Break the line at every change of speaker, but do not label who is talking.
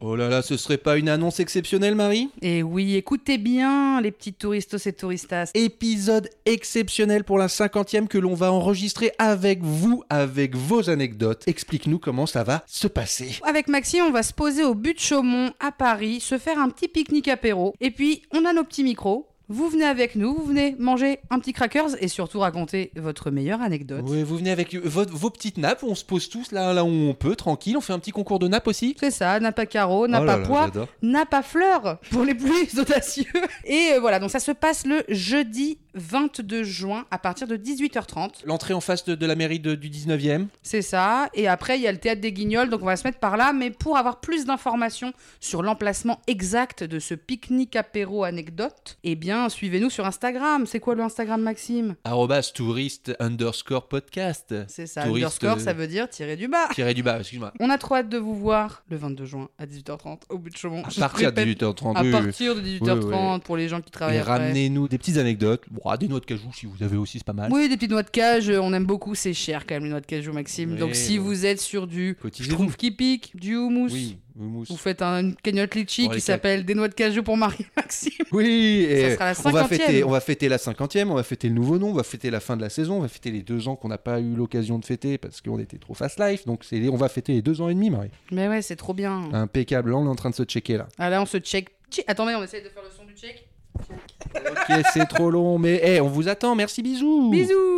Oh là là, ce serait pas une annonce exceptionnelle, Marie
Et oui, écoutez bien, les petits touristos et touristas.
Épisode exceptionnel pour la cinquantième que l'on va enregistrer avec vous, avec vos anecdotes. Explique-nous comment ça va se passer.
Avec Maxime, on va se poser au but de Chaumont, à Paris, se faire un petit pique-nique apéro. Et puis, on a nos petits micros. Vous venez avec nous, vous venez manger un petit crackers et surtout raconter votre meilleure anecdote.
Oui, vous venez avec votre- vos petites nappes, on se pose tous là, là où on peut, tranquille, on fait un petit concours de nappes aussi
C'est ça, n'a pas carreau, n'a
Oh là
pas
là,
poids,
j'adore.
n'a pas fleur pour les plus audacieux. Et euh, voilà, donc ça se passe le jeudi 22 juin à partir de 18h30.
L'entrée en face de, de la mairie de- du 19e.
C'est ça. Et après, il y a le théâtre des Guignols, donc on va se mettre par là. Mais pour avoir plus d'informations sur l'emplacement exact de ce pique-nique apéro anecdote, eh bien, suivez-nous sur Instagram. C'est quoi le Instagram, Maxime
Arrobas touriste underscore podcast.
C'est ça,
Touriste,
underscore,
euh,
ça veut dire tirer du bas.
Tiré du bas, excuse-moi.
On a trop hâte de vous voir le 22 juin à 18h30 au but de Chaumont.
À
Je
partir de
répète,
18h30.
à
oui, oui.
partir de 18h30 pour les gens qui travaillent
Et
après.
ramenez-nous des petites anecdotes, Bon, des noix de cajou si vous avez aussi, c'est pas mal.
Oui, des petites noix de cage, euh, on aime beaucoup, c'est cher quand même les noix de cajou, Maxime.
Oui,
Donc si
oui.
vous êtes sur du, je
Cotisez-vous.
trouve qui pique, du houmous,
Oui, hummus.
vous faites un- une cagnotte litchi
Pour les
qui
quatre.
s'appelle des noix de cajou pour Marie Maxime.
Oui, et
sera la
on va
50e.
fêter, on va fêter la cinquantième, on va fêter le nouveau nom, on va fêter la fin de la saison, on va fêter les deux ans qu'on n'a pas eu l'occasion de fêter parce qu'on était trop fast life. Donc c'est, les- on va fêter les deux ans et demi, Marie.
Mais ouais, c'est trop bien.
Impeccable, là on est en train de se checker là.
Ah là, on se check. Tchi- Attendez, on essaye de faire le son du check.
ok, c'est trop long, mais eh, on vous attend. Merci, bisous.
Bisous.